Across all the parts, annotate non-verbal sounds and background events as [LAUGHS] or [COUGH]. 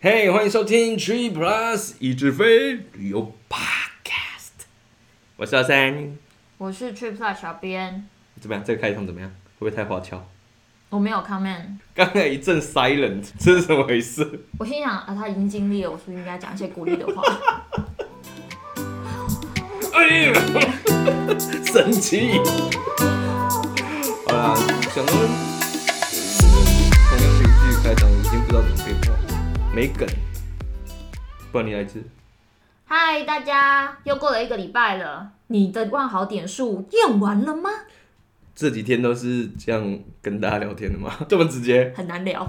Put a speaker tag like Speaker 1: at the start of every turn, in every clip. Speaker 1: 嘿欢迎收听 Tree Plus 一直飞旅游 Podcast，我是阿三，
Speaker 2: 我是 TripPlus 小编，
Speaker 1: 怎么样？这个开场怎么样？会不会太花俏？
Speaker 2: 我没有 comment。
Speaker 1: 刚才一阵 silent，这是怎么回事？
Speaker 2: 我心想啊，他已经经历了，我是不是应该讲一些鼓励的话？ [LAUGHS]
Speaker 1: 哎呀，神奇！好啦，想到刚刚这一句开场，我已经不知道怎么废话，没梗，不然你来一次。
Speaker 2: 嗨，大家，又过了一个礼拜了，你的万豪点数验完了吗？
Speaker 1: 这几天都是这样跟大家聊天的吗？这么直接？
Speaker 2: 很难聊。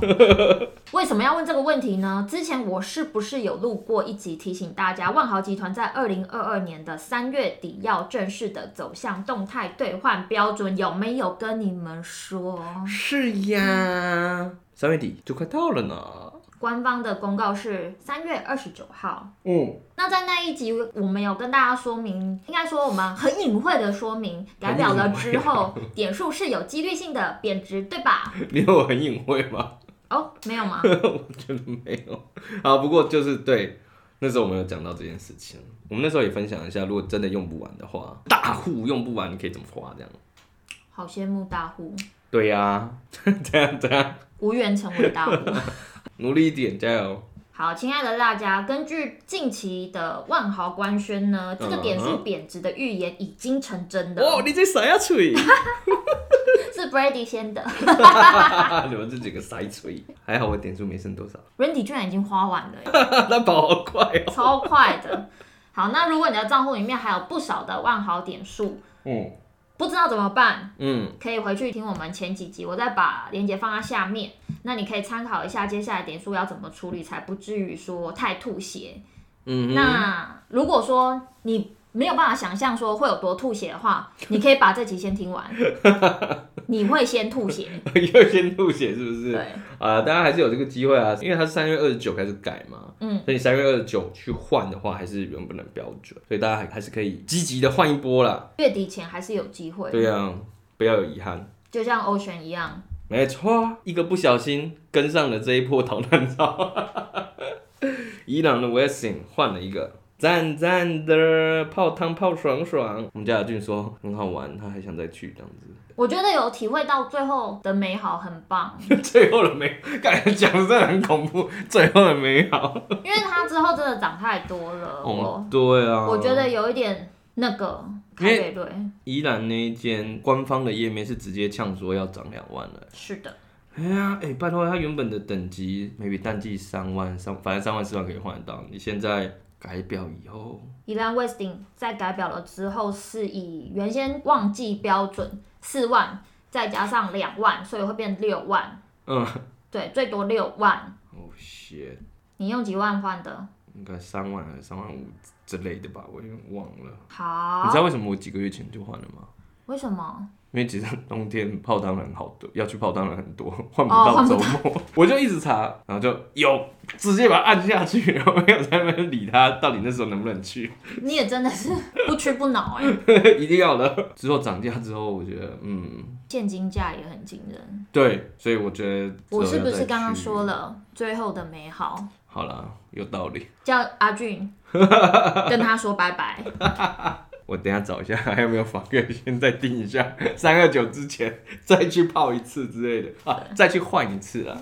Speaker 2: 为什么要问这个问题呢？之前我是不是有录过一集提醒大家，万豪集团在二零二二年的三月底要正式的走向动态兑换标准？有没有跟你们说？
Speaker 1: 是呀，三月底就快到了呢。
Speaker 2: 官方的公告是三月二十九号，
Speaker 1: 嗯，
Speaker 2: 那在那一集，我们有跟大家说明，应该说我们很隐晦的说明，改表了之后，点数是有几率性的贬值，对吧？
Speaker 1: 你有很隐晦吗？
Speaker 2: 哦，没有吗？
Speaker 1: [LAUGHS] 我
Speaker 2: [LAUGHS]
Speaker 1: 觉得没有。啊，不过就是对，那时候我们有讲到这件事情，我们那时候也分享一下，如果真的用不完的话，大户用不完你可以怎么花这样。
Speaker 2: 好羡慕大户，
Speaker 1: 对呀、 [LAUGHS] 这样这样，
Speaker 2: 无缘成为 [LAUGHS] 大户。
Speaker 1: 努力一点，加油！
Speaker 2: 好，亲爱的大家，根据近期的万豪官宣呢，这个点数贬值的预言已经成真的，
Speaker 1: 哇，你这谁啊吹？
Speaker 2: 是 Brady 先的
Speaker 1: [LAUGHS] 你们这几个塞吹，还好我点数没剩多少， [LAUGHS]
Speaker 2: ，Randy 居然已经花完了耶。 [LAUGHS]
Speaker 1: 那跑好快哦。
Speaker 2: 超快的。好，那如果你的账户里面还有不少的万豪点数，
Speaker 1: 嗯
Speaker 2: 不知道怎么办，
Speaker 1: 嗯，
Speaker 2: 可以回去听我们前几集，我再把链接放在下面，那你可以参考一下接下来点数要怎么处理，才不至于说太吐血。
Speaker 1: 嗯 [LAUGHS] 哼
Speaker 2: 那如果说你没有办法想象说会有多吐血
Speaker 1: [LAUGHS]
Speaker 2: 的话，你可以把这集先听完，你会先吐血。
Speaker 1: [LAUGHS] 又先吐血是不是？
Speaker 2: 对，
Speaker 1: 啊、大家还是有这个机会啊，因为它是三月二十九开始改嘛，
Speaker 2: 嗯，
Speaker 1: 所以三月二十九去换的话，还是原本的标准，所以大家还还是可以积极的换一波啦。
Speaker 2: 月底前还是有机会，
Speaker 1: 对啊，不要有遗憾。
Speaker 2: 就像 Ocean 一样，
Speaker 1: 没错，啊一个不小心跟上了这一波逃难 [LAUGHS] 潮。伊朗的 Westin 换了一个，赞赞的，泡汤泡爽爽。我们家雅俊说很好玩，他还想再去这样子。 [LAUGHS]
Speaker 2: 我觉得有体会到最后的美好，很棒。
Speaker 1: 最后的美，感觉讲的真的很恐怖。最后的美好，
Speaker 2: 因为它之后真的涨太多了，
Speaker 1: 哦，对
Speaker 2: 我
Speaker 1: 啊，
Speaker 2: 我觉得有一点那个
Speaker 1: 因
Speaker 2: 凯
Speaker 1: 为
Speaker 2: 瑞瑞
Speaker 1: 宜兰那一间官方的页面是直接呛说要涨两万了。
Speaker 2: 是的，
Speaker 1: 哎呀，哎、拜托，它原本的等级 maybe 淡季三万三，反正三万四万可以换得到。你现在改表以后，
Speaker 2: 宜兰 Westing 在改表了之后，是以原先旺季标准四万，再加上两万，所以会变六万。
Speaker 1: 嗯，
Speaker 2: [LAUGHS] 对，最多六万。
Speaker 1: 哦谢，
Speaker 2: 你用几万换的？
Speaker 1: 应该三万还是三万五之类的吧，我有点忘了。你知
Speaker 2: 好，
Speaker 1: 道为什么我几个月前就换了吗？
Speaker 2: 为什么？
Speaker 1: 因为其实冬天泡汤人好多，要去泡汤人很多，换不
Speaker 2: 哦
Speaker 1: 到
Speaker 2: 换不
Speaker 1: 周末， [LAUGHS] 我就一直查，然后就有直接把它按下去， [LAUGHS] 然后没有在那边理他到底那时候能不能去。
Speaker 2: 你也真的是不屈不挠哎、
Speaker 1: [LAUGHS] 一定要的。之后涨价之后，我觉得，嗯，
Speaker 2: 现金价也很惊人。
Speaker 1: 对，所以我觉得之后
Speaker 2: 我
Speaker 1: 要再
Speaker 2: 是
Speaker 1: 去
Speaker 2: 不是刚刚说了最后的美好？
Speaker 1: 好啦，有道理。
Speaker 2: 叫阿
Speaker 1: [LAUGHS]
Speaker 2: 俊跟他说拜拜。
Speaker 1: 我等一下找一下 [LAUGHS] 还有没有房源，先再定一下， [LAUGHS] 三二九之前再去泡一次之类的啊，再去换一次啊。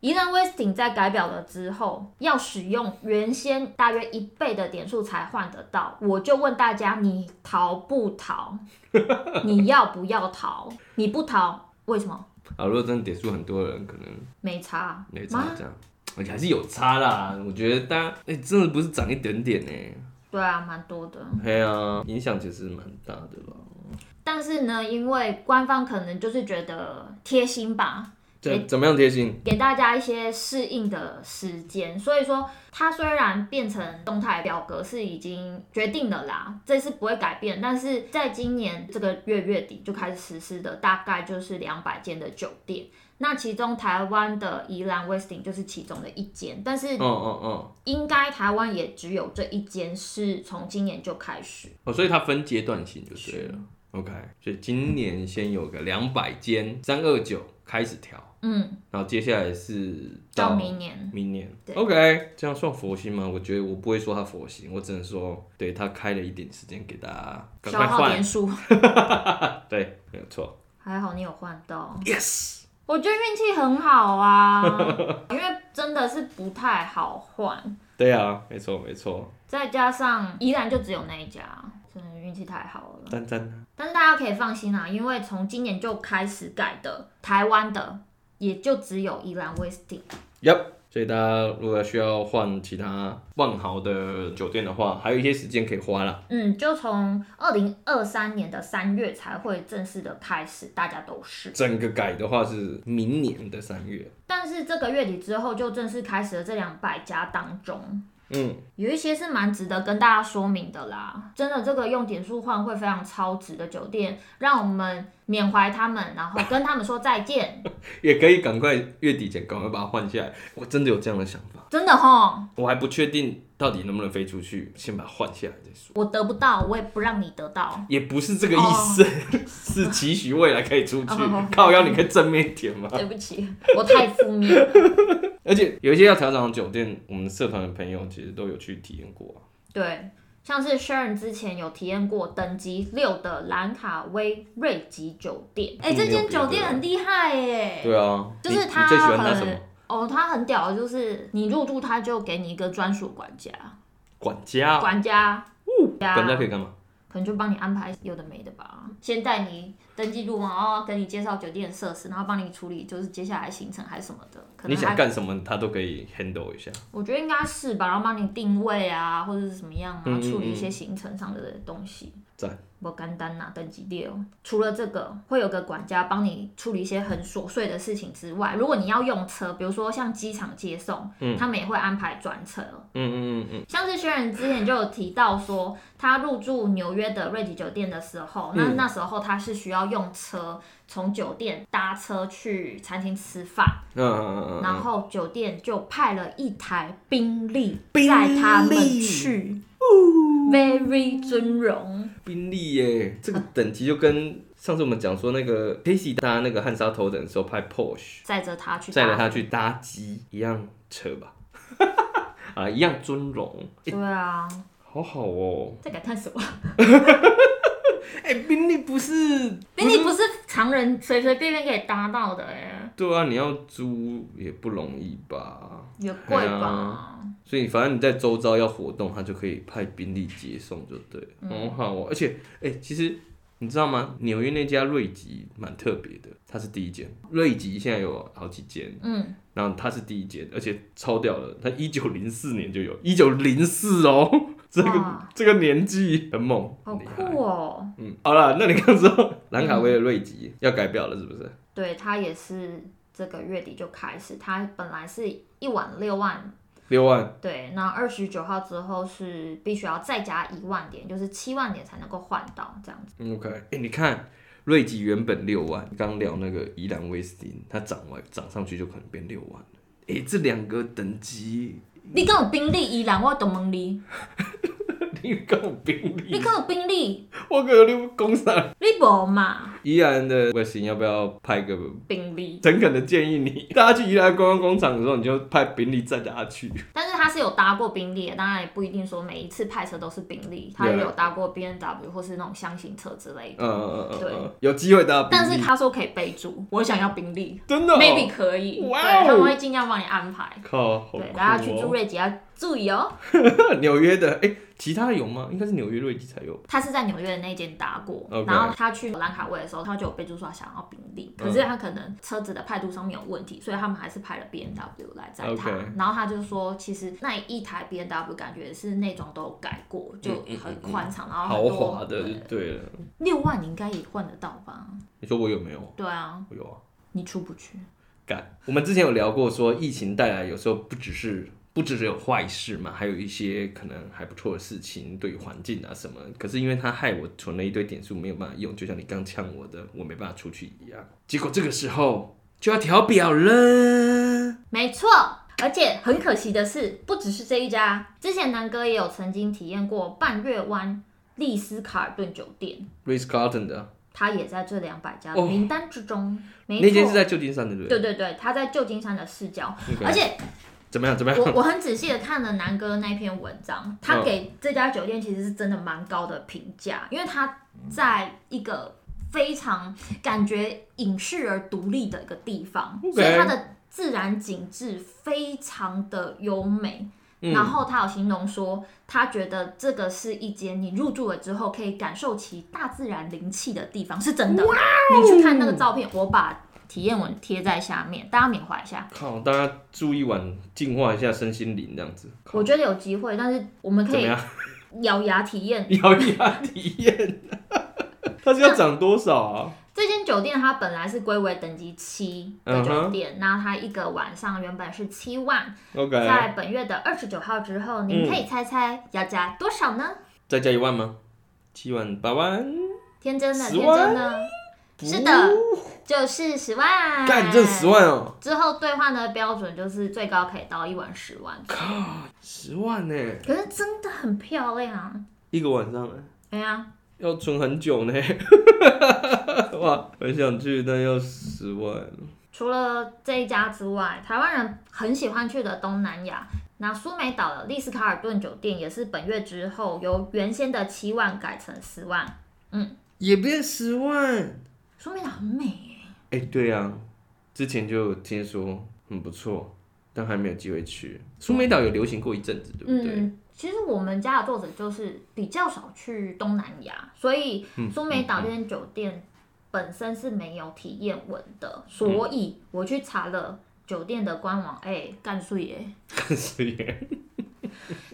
Speaker 2: 宜兰 Westing 在改表了之后，要使用原先大约一倍的点数才换得到。我就问大家，你逃不
Speaker 1: [LAUGHS]
Speaker 2: 逃？你要不要逃？你不逃，为什么？
Speaker 1: 啊，如果真的点数很多的人，可能
Speaker 2: 没差，
Speaker 1: 没
Speaker 2: 妈
Speaker 1: 差这样，而且还是有差啦。我觉得大家，哎、真的不是涨一点点呢、
Speaker 2: 对啊，蛮多的。
Speaker 1: 对啊，影响其实蛮大的啦。
Speaker 2: 但是呢，因为官方可能就是觉得贴心吧，
Speaker 1: 怎怎么样贴心？
Speaker 2: 给大家一些适应的时间。所以说，它虽然变成动态表格是已经决定了啦，这是不会改变，但是在今年这个月月底就开始实施的，大概就是两百间的酒店。那其中台湾的宜兰 Westin 就是其中的一间，但是
Speaker 1: 嗯嗯嗯，
Speaker 2: 应该台湾也只有这一间是从今年就开始。
Speaker 1: 哦，所以它分阶段性就对了。OK，所以今年先有个两百间三二九开始调，
Speaker 2: 嗯，
Speaker 1: 然后接下来是
Speaker 2: 到明年，
Speaker 1: 明年
Speaker 2: 对
Speaker 1: ，OK，这样算佛心吗？我觉得我不会说他佛心，我只能说对他开了一点时间给大家赶
Speaker 2: 消
Speaker 1: 快
Speaker 2: 耗
Speaker 1: 换
Speaker 2: 点，数，
Speaker 1: 对，没有错
Speaker 2: 还好你有换到。
Speaker 1: ，Yes，
Speaker 2: 我觉得运气很好啊，因为真的是不太好换，
Speaker 1: 对啊，没错没错，
Speaker 2: 再加上宜兰就只有那一家，真的运气太好了。
Speaker 1: 赞赞，
Speaker 2: 但是大家可以放心啊，因为从今年就开始改的台湾的，也就只有宜兰威斯汀。
Speaker 1: Yup，所以大家如果需要换其他万豪的酒店的话，还有一些时间可以花啦。
Speaker 2: 嗯，就从二零二三年的三月才会正式的开始，大家都是。
Speaker 1: 整个改的话是明年的三月，
Speaker 2: 但是这个月底之后就正式开始了这两百家当中，
Speaker 1: 嗯，
Speaker 2: 有一些是蛮值得跟大家说明的啦。真的，这个用点数换会非常超值的酒店，让我们缅怀他们，然后跟他们说再 [LAUGHS] 见。
Speaker 1: 也可以赶快月底前赶快把它换下来。我真的有这样的想法，
Speaker 2: 真的吼，
Speaker 1: 我还不确定到底能不能飞出去，先把它换下来再说。
Speaker 2: 我得不到，我也不让你得到。
Speaker 1: 也不是这个意思， [LAUGHS] 是期许未来可以出去。
Speaker 2: [LAUGHS] 哦
Speaker 1: 靠腰，你可以正面一点嘛。
Speaker 2: 对不起，我太负面了。
Speaker 1: 而且有一些要调整的酒店，我们社团的朋友其实都有去体验过啊、
Speaker 2: [LAUGHS] 对，像是 Sharon 之前有体验过等级六的兰卡威瑞吉酒店，哎、
Speaker 1: 嗯
Speaker 2: 这
Speaker 1: 没有
Speaker 2: 间
Speaker 1: 别的
Speaker 2: 酒店很厉害耶、
Speaker 1: 对啊，
Speaker 2: 哎就是
Speaker 1: 你
Speaker 2: 它
Speaker 1: 你最喜欢它
Speaker 2: 很
Speaker 1: 什么？
Speaker 2: 哦，它很屌，就是你入住它就给你一个专属管家，
Speaker 1: 管家，
Speaker 2: 管家，家
Speaker 1: 管家可以干嘛？
Speaker 2: 可能就帮你安排有的没的吧，先带你登记入门，然后跟你介绍酒店的设施，然后帮你处理就是接下来行程还是什么的，可
Speaker 1: 你
Speaker 2: 能
Speaker 1: 想
Speaker 2: 还
Speaker 1: 干什么，他都可以 handle 一下。
Speaker 2: 我觉得应该是吧，然后帮你定位啊，或者是怎么样啊，
Speaker 1: 嗯嗯
Speaker 2: 处理一些行程上的东西。
Speaker 1: 赞，
Speaker 2: 不简单呐、啊等级六。除了这个，会有个管家帮你处理一些很琐碎的事情之外，如果你要用车，比如说像机场接送，
Speaker 1: 嗯
Speaker 2: 他们也会安排专车。
Speaker 1: 嗯嗯嗯
Speaker 2: 像是轩然之前就有提到说，他入住纽约的瑞吉酒店的时候，那
Speaker 1: 嗯
Speaker 2: 那时候他是需要用车从酒店搭车去餐厅吃饭。
Speaker 1: 嗯嗯嗯嗯
Speaker 2: 然
Speaker 1: 嗯，
Speaker 2: 后酒店就派了一台宾利
Speaker 1: 宾
Speaker 2: 载他们
Speaker 1: 利
Speaker 2: 去，very 尊荣。
Speaker 1: 宾利耶，这个等级就跟上次我们讲说那个 Casey 搭那个汉莎头等的时候拍 Porsche，
Speaker 2: 载着他去打，
Speaker 1: 载了他去搭机一样扯吧， [LAUGHS] 啊，一样尊荣，
Speaker 2: 对啊，
Speaker 1: 好好哦。
Speaker 2: 在感叹什么？
Speaker 1: 哎、宾利不是
Speaker 2: 宾利不是常人随随便便可以搭到的哎，
Speaker 1: 对啊，你要租也不容易吧？
Speaker 2: 也贵
Speaker 1: 对
Speaker 2: 吧
Speaker 1: 啊？所以反正你在周遭要活动，他就可以派宾利接送，就对了，很好哦。而且，哎、其实你知道吗？纽约那家瑞吉蛮特别的，它是第一间。瑞吉现在有好几间，
Speaker 2: 嗯，
Speaker 1: 然后它是第一间，而且超屌了，它一九零四年就有，一九零四哦， [LAUGHS] 这个
Speaker 2: 哇
Speaker 1: 这个年纪很猛，
Speaker 2: 好
Speaker 1: 很厉害。
Speaker 2: 酷哦。
Speaker 1: 嗯，好了，那你刚说兰卡威的瑞吉要改表了，是不是？
Speaker 2: 对他也是这个月底就开始，他本来是一晚六万，
Speaker 1: 六万，
Speaker 2: 对，那二十九号之后是必须要再加一万点，就是七万点才能够换到这样子。
Speaker 1: 嗯 OK，哎、你看瑞吉原本六万，刚聊那个宜兰威斯汀，它涨完涨上去就可能变六万了。哎、这两个等级， [LAUGHS]
Speaker 2: 你跟我宾利依然，我懂蒙你。
Speaker 1: 你跟我并
Speaker 2: 你
Speaker 1: 列，
Speaker 2: 看有病例，
Speaker 1: 我可能攻上。
Speaker 2: 你无嘛
Speaker 1: 宜兰的威斯汀要不要派个？
Speaker 2: 病例，
Speaker 1: 诚恳的建议
Speaker 2: [LAUGHS]
Speaker 1: 你，大家去宜兰观光工厂的时候，你就派宾利载大家去。
Speaker 2: 但是他是有搭过宾利的，当然也不一定说每一次派车都是宾利，他也有搭过 B N W 或是那种箱型车之类的。
Speaker 1: 嗯嗯嗯嗯
Speaker 2: 对
Speaker 1: 嗯，有机会大家
Speaker 2: 但
Speaker 1: 宾
Speaker 2: 是
Speaker 1: 利，
Speaker 2: 他说可以备注，我想要宾利、
Speaker 1: 真的、哦
Speaker 2: m a y b e 可以，
Speaker 1: 哇哦
Speaker 2: 对，他们会尽量帮你安排。
Speaker 1: 靠，好酷、
Speaker 2: 对
Speaker 1: 哦，！
Speaker 2: 大家去住瑞吉要注意哦，
Speaker 1: 纽约的，哎、其他有吗？应该是纽约瑞吉才有。
Speaker 2: 他是在纽约的那间搭过
Speaker 1: OK
Speaker 2: 然后他去兰卡威的时候，他就有备注说他想要宾利，可
Speaker 1: 嗯
Speaker 2: 是他可能车子的派度上面有问题，所以他们还是派了 B N W 来载他。
Speaker 1: OK
Speaker 2: 然后他就说，其实那一台 B N W 感觉是那种都有改过，就
Speaker 1: 嗯
Speaker 2: 很宽敞，然后
Speaker 1: 豪
Speaker 2: 很多
Speaker 1: 华的就对了。
Speaker 2: 六万你应该也换得到吧？
Speaker 1: 你说我有没有？
Speaker 2: 对啊，
Speaker 1: 我有啊。
Speaker 2: 你出不去。
Speaker 1: 干，我们之前有聊过，说疫情带来有时候不只是不只是有坏事嘛，还有一些可能还不错的事情，对于环境啊什么。可是因为它害我存了一堆点数没有办法用，就像你刚呛我的，我没办法出去一样。结果这个时候就要调表了。
Speaker 2: 没错，而且很可惜的是，不只是这一家，之前南哥也有曾经体验过半月湾丽思卡尔顿酒店。
Speaker 1: Ritz Carlton 的啊，
Speaker 2: 它也在这两百家
Speaker 1: 哦
Speaker 2: 名单之中。没
Speaker 1: 那间是
Speaker 2: 错
Speaker 1: 在旧金山，对不对？
Speaker 2: 对对对，它在旧金山的市郊，
Speaker 1: OK
Speaker 2: 而且
Speaker 1: 怎么样？ [LAUGHS] 怎么
Speaker 2: 我
Speaker 1: 样？
Speaker 2: 我很仔细的看了南哥那篇文章，他
Speaker 1: 嗯
Speaker 2: 给这家酒店其实是真的蛮高的评价，因为他在一个非常感觉隐士而独立的一个地方
Speaker 1: OK
Speaker 2: 所以它的自然景致非常的优美。
Speaker 1: 嗯
Speaker 2: 然后他有形容说，他觉得这个是一间你入住了之后可以感受其大自然灵气的地方，是真的。
Speaker 1: 哦
Speaker 2: 你去看那个照片，我把体验文贴在下面，大家缅怀一下。
Speaker 1: 靠，大家住一晚，净化一下身心灵，这样子。靠
Speaker 2: 我觉得有机会，但是我们可
Speaker 1: 怎么
Speaker 2: 以
Speaker 1: 样？ [LAUGHS]
Speaker 2: 咬牙体验。
Speaker 1: 咬牙体验， [LAUGHS] 它是要涨多少啊？
Speaker 2: 这间酒店它本来是归为等级七的
Speaker 1: 嗯
Speaker 2: 酒店，那它一个晚上原本是七万，
Speaker 1: OK，
Speaker 2: 在本月的二十九号之后，您
Speaker 1: 嗯
Speaker 2: 可以猜猜要加多少呢？
Speaker 1: 再加一万吗？七万、八万？
Speaker 2: 天真的，
Speaker 1: 十
Speaker 2: 天
Speaker 1: 万
Speaker 2: 真的，是的，哎就是十万。
Speaker 1: 干这十。万哦，
Speaker 2: 之后兑换的标准就是最高可以到一晚十万，
Speaker 1: 十万呢，
Speaker 2: 可是真的很漂亮。啊
Speaker 1: 一个晚上呢，
Speaker 2: 哎呀，
Speaker 1: 要存很久呢。 [LAUGHS] 哇，很想去，但要十万。
Speaker 2: 除了这一家之外，台湾人很喜欢去的东南亚，那苏梅岛的丽思卡尔顿酒店也是本月之后由原先的七万改成十万。
Speaker 1: 也变十万。
Speaker 2: 苏梅岛很美耶，
Speaker 1: 哎、对啊，之前就有听说很不错，但还没有机会去。苏梅岛有流行过一阵子，对不对？
Speaker 2: 嗯，其实我们家的作者就是比较少去东南亚，所以
Speaker 1: 嗯
Speaker 2: 苏梅岛这间酒店本身是没有体验文
Speaker 1: 嗯
Speaker 2: 的，所以我去查了酒店的官网，哎、干
Speaker 1: [LAUGHS]
Speaker 2: 碎耶！
Speaker 1: 但是也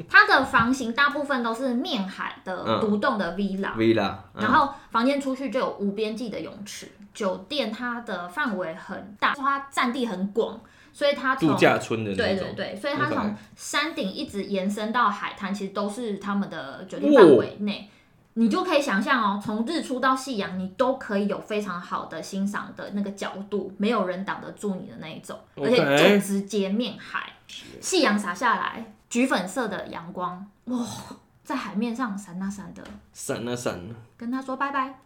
Speaker 2: 它的房型大部分都是面海的
Speaker 1: 嗯
Speaker 2: 独栋的 villa，、
Speaker 1: villa，嗯
Speaker 2: 然后房间出去就有无边际的泳池。酒店它的范围很大，它占地很广，所以它从
Speaker 1: 度假村的
Speaker 2: 对
Speaker 1: 那
Speaker 2: 对
Speaker 1: 种。
Speaker 2: 对，所以它
Speaker 1: 明白
Speaker 2: 从山顶一直延伸到海滩，其实都是他们的酒店范围内。你就可以想象哦，从日出到夕阳，你都可以有非常好的欣赏的那个角度，没有人挡得住你的那一种，而
Speaker 1: OK
Speaker 2: 且就直接面海，夕阳洒下来，橘粉色的阳光，哇、在海面上闪啊闪的，
Speaker 1: 闪啊闪啊！
Speaker 2: 跟他说拜拜。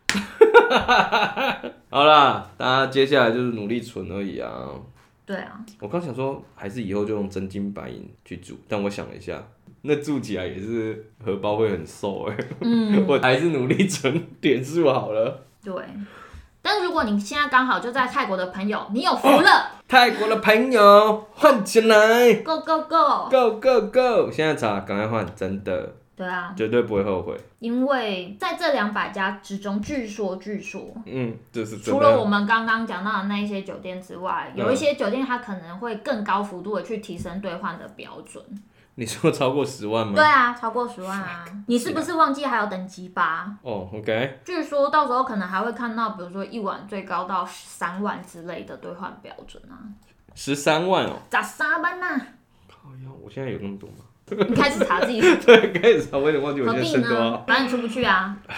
Speaker 1: 好啦，大家接下来就是努力存而已啊。
Speaker 2: 对啊，
Speaker 1: 我刚想说，还是以后就用真金白银去住，但我想了一下，那住起来也是荷包会很瘦哎、[LAUGHS]
Speaker 2: 嗯，
Speaker 1: 我还是努力存点数好了。
Speaker 2: 对。但如果你现在刚好就在泰国的朋友，你
Speaker 1: 哦
Speaker 2: 有福了、
Speaker 1: 泰国的朋友换起来
Speaker 2: g o Go Go！
Speaker 1: ，Go Go Go！现在查，赶快换，真的
Speaker 2: 对啊，
Speaker 1: 绝对不会后悔。
Speaker 2: 因为在这两百家之中，据说据说，
Speaker 1: 嗯，这是真
Speaker 2: 除了
Speaker 1: 的。
Speaker 2: 我们刚刚讲到的那一些酒店之外，
Speaker 1: 嗯
Speaker 2: 有一些酒店它可能会更高幅度的去提升兑换的标准。
Speaker 1: 你说超过十万吗？
Speaker 2: 对啊，超过十万啊！你是不是忘记还有等级吧？
Speaker 1: 哦，OK、o k
Speaker 2: 据说到时候可能还会看到，比如说一晚最高到三万之类的兑换标准啊。
Speaker 1: 十三万哦。
Speaker 2: 咋三班呐、
Speaker 1: 靠呀，我现在有那么多吗？ [LAUGHS]
Speaker 2: 你开始查自己
Speaker 1: 对，开始查，我有点忘记我
Speaker 2: 何
Speaker 1: 现在
Speaker 2: 必
Speaker 1: 剩多少。
Speaker 2: 呢？反正你出不去啊，
Speaker 1: 哎、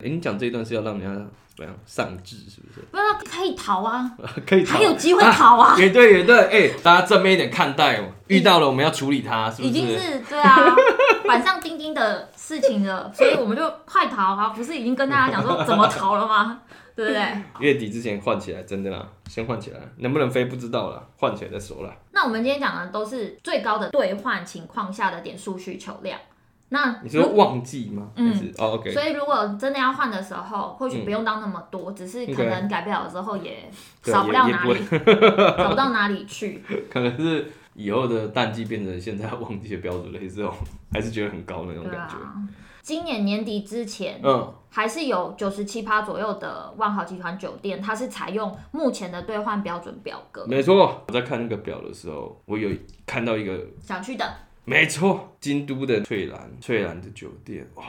Speaker 1: 你讲这一段是要让人家怎么样上智，是不
Speaker 2: 不然可以逃啊，
Speaker 1: 是？ [LAUGHS] 可以逃
Speaker 2: 还有机会逃啊，
Speaker 1: [LAUGHS] 也对，也对，哎、大家正面一点看待哦。遇到了，我们要处理它，是不
Speaker 2: 嗯已经
Speaker 1: 是？
Speaker 2: 是对啊， [LAUGHS] 板上钉钉的事情了，所以我们就快逃啊！不是已经跟大家讲说怎么逃了
Speaker 1: [LAUGHS]
Speaker 2: 吗？对不对？
Speaker 1: 月底之前换起来，真的啦，先换起来，能不能飞不知道啦，换起来再说啦。
Speaker 2: 那我们今天讲的都是最高的兑换情况下的点数需求量。那
Speaker 1: 你说忘记吗？
Speaker 2: 嗯
Speaker 1: 还是哦，OK，
Speaker 2: 所以如果真的要换的时候，或许不用到那么多，只是可能改不了之后也
Speaker 1: 嗯对
Speaker 2: 少不了
Speaker 1: 也
Speaker 2: 哪
Speaker 1: 也 [LAUGHS]
Speaker 2: 里，少不到哪里去。
Speaker 1: 可能是以后的淡季变成现在忘记的标准类似哦， [LAUGHS] 还是觉得很高那种
Speaker 2: 对
Speaker 1: 感
Speaker 2: 啊
Speaker 1: 觉。，
Speaker 2: 今年年底之前，
Speaker 1: 嗯，
Speaker 2: 还是有九十七趴左右的万豪集团酒店，它是采用目前的兑换标准表格。
Speaker 1: 没错。我在看那个表的时候，我有看到一个
Speaker 2: 想去的，
Speaker 1: 没错，京都的翠兰，翠兰的酒店哇。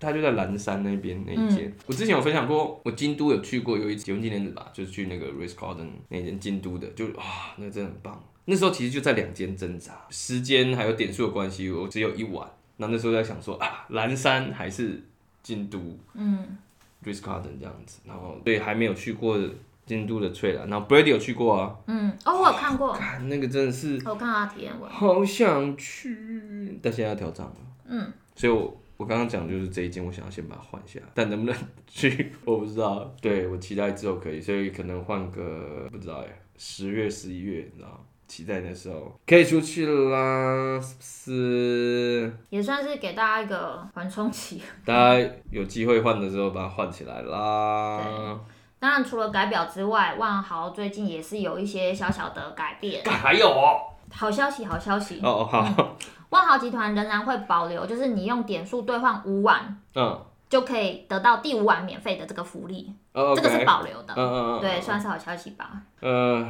Speaker 1: 它就在蓝山那边那一间，我之前有分享过，我京都有去过，有一次结婚纪念日吧，就是去那个 Ritz Carlton 那间京都的，就啊，那真的很棒。那时候其实就在两间挣扎，时间还有点数的关系，我只有一晚。那那时候在想说啊，蓝山还是京都
Speaker 2: 嗯，
Speaker 1: Ritz Carlton 这样子，然后对还没有去过京都的翠兰，然后 Brady 有去过啊，
Speaker 2: 嗯，哦，我有看过，
Speaker 1: 看那个真的是
Speaker 2: 我有看到他体验文，
Speaker 1: 好想去，但现在要调涨了。
Speaker 2: 嗯，
Speaker 1: 所以我我刚刚讲就是这一件，我想要先把它换下来，但能不能去 [LAUGHS] 我不知道。对我期待之后可以，所以可能换个不知道哎，十月十一月，你知道，期待那时候可以出去啦，是不是？
Speaker 2: 也算是给大家一个缓冲期。 [LAUGHS]
Speaker 1: 大家有机会换的时候把它换起来啦。
Speaker 2: 当然，除了改表之外，万豪最近也是有一些小小的改变。
Speaker 1: 干还有哦，
Speaker 2: 好消息，好消息，
Speaker 1: 哦好，
Speaker 2: 万豪集团仍然会保留，就是你用点数兑换五晚，
Speaker 1: 嗯，
Speaker 2: 就可以得到第五晚免费的这个福利
Speaker 1: 哦
Speaker 2: 这个是
Speaker 1: OK，
Speaker 2: 保留的。
Speaker 1: 嗯嗯嗯，
Speaker 2: 对，算是好消息吧，
Speaker 1: 呃，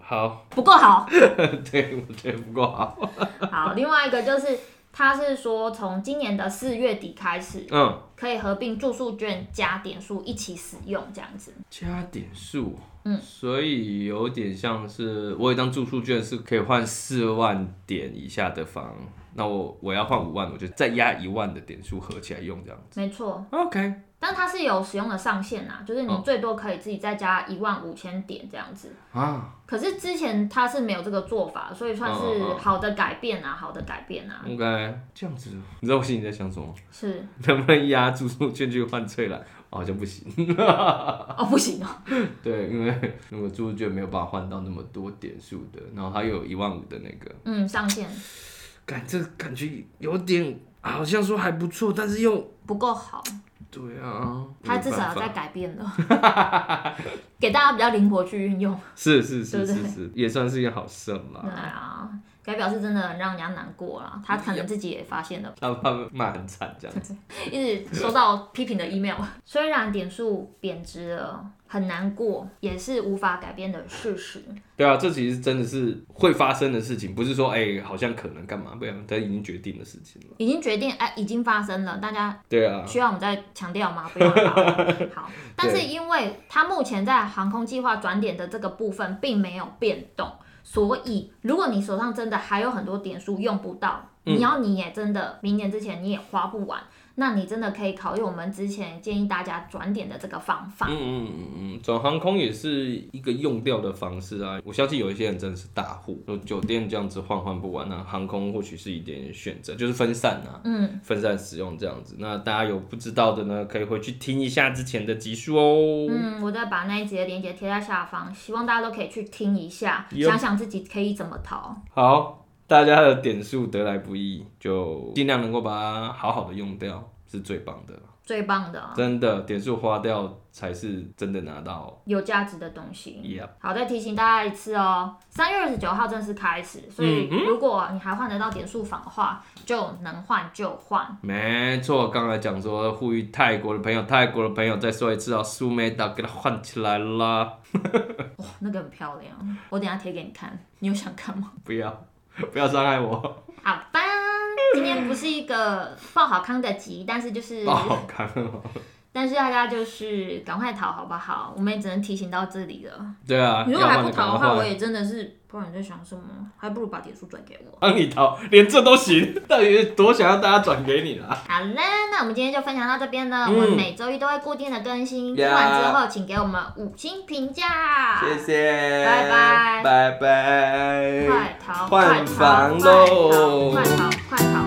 Speaker 1: 好， [LAUGHS]
Speaker 2: 不够好。
Speaker 1: 对我觉得不够好，
Speaker 2: 好，另外一个就是，他是说从今年的四月底开始，
Speaker 1: 嗯，
Speaker 2: 可以合并住宿券加点数一起使用，这样子。
Speaker 1: 加点数，
Speaker 2: 嗯，
Speaker 1: 所以有点像是我有一张住宿券是可以换四万点以下的房，那我我要换五万，我就再压一万的点数合起来用这样
Speaker 2: 没错，
Speaker 1: ，OK，
Speaker 2: 但它是有使用的上限啊，就是
Speaker 1: 哦
Speaker 2: 你最多可以自己再加一万五千点这样子。
Speaker 1: 啊
Speaker 2: 可是之前它是没有这个做法，所以算
Speaker 1: 嗯嗯
Speaker 2: 是
Speaker 1: 嗯
Speaker 2: 好的改变啊，好的改变啊，
Speaker 1: ，OK，这样子，你知道我心里在想什么吗？
Speaker 2: 是
Speaker 1: 能不能压住宿券去换翠兰？好像不 [LAUGHS] 行，
Speaker 2: 哦，不行哦，
Speaker 1: 对，因为如果住宿券没有办法换到那么多点数的，然后它又有一万五的那个，
Speaker 2: 嗯，上限
Speaker 1: 感这感觉有点好像说还不错，但是又
Speaker 2: 不够好，
Speaker 1: 对啊，
Speaker 2: 它至少有
Speaker 1: 没
Speaker 2: 在
Speaker 1: 办法
Speaker 2: 改变了， [LAUGHS] 给大家比较灵活去运用。
Speaker 1: 是是是
Speaker 2: 对不对
Speaker 1: 是是，也算是一个好事
Speaker 2: 对
Speaker 1: 啦。
Speaker 2: 啊，改表是真的很让人家难过啦，他可能自己也发现了，
Speaker 1: 他他们骂很惨这样子，
Speaker 2: 一直收到批评的 email。虽 [LAUGHS] 然点数贬值了，很难过，也是无法改变的事实。
Speaker 1: 对啊，这其实真的是会发生的事情，不是说哎、好像可能干嘛，不然这已经决定的事情了。
Speaker 2: 已经决定，哎、已经发生了，大家
Speaker 1: 对啊，
Speaker 2: 需要我们再强调吗？不用了
Speaker 1: [LAUGHS]
Speaker 2: 吧。好，但是因为它目前在航空计划转点的这个部分并没有变动，所以如果你手上真的还有很多点数用不到，
Speaker 1: 嗯
Speaker 2: 你要你也真的明年之前你也花不完，那你真的可以考虑我们之前建议大家转点的这个方法。
Speaker 1: 嗯嗯嗯嗯，转航空也是一个用掉的方式啊。我相信有一些人真的是大户，有酒店这样子换换不完那航空或许是一点选择，就是分散啊。
Speaker 2: 嗯，
Speaker 1: 分散使用这样子。那大家有不知道的呢，可以回去听一下之前的集数哦。
Speaker 2: 嗯，我再把那一集的链接贴在下方，希望大家都可以去听一下，
Speaker 1: Yup
Speaker 2: 想想自己可以怎么逃。
Speaker 1: 好，大家的点数得来不易，就尽量能够把它好好的用掉，是最棒的。
Speaker 2: 最棒的
Speaker 1: 真的，点数花掉才是真的拿到。
Speaker 2: 有价值的东西。
Speaker 1: Yep，
Speaker 2: 好，再提醒大家一次哦，三月二十九号正式开始，所以
Speaker 1: 嗯
Speaker 2: 如果你还换得到点数房的话，就能换就换。
Speaker 1: 没错，刚才讲说呼吁泰国的朋友，泰国的朋友再说一次啊，苏梅岛给它换起来啦！
Speaker 2: 哇、那个很漂亮，我等一下贴给你看，你有想
Speaker 1: [LAUGHS]
Speaker 2: 看吗？
Speaker 1: 不要，不要伤害我，
Speaker 2: 好吧，今天不是一个爆好康的集，但是就是，
Speaker 1: 不好看哦。
Speaker 2: 但是大家就是赶快逃好不好？我们也只能提醒到这里了。
Speaker 1: 对啊，
Speaker 2: 你如
Speaker 1: 要
Speaker 2: 果还
Speaker 1: 换
Speaker 2: 不
Speaker 1: 的赶
Speaker 2: 逃
Speaker 1: 快
Speaker 2: 的
Speaker 1: 换
Speaker 2: 话，我。也真的是不知道你在想什么，还不如把点数转给我。
Speaker 1: 啊帮你逃，连这都行，到底是多想要大家转给你啦？
Speaker 2: 好嘞，那我们今天就分享到这边了。
Speaker 1: 嗯
Speaker 2: 我们每周一都会固定的更新，听
Speaker 1: Yeah
Speaker 2: 完之后请给我们五星评价。
Speaker 1: 谢
Speaker 2: 拜拜
Speaker 1: 拜拜
Speaker 2: 快逃！
Speaker 1: 换
Speaker 2: 快逃！
Speaker 1: 房
Speaker 2: 快逃！
Speaker 1: 喽！
Speaker 2: 快逃！快逃！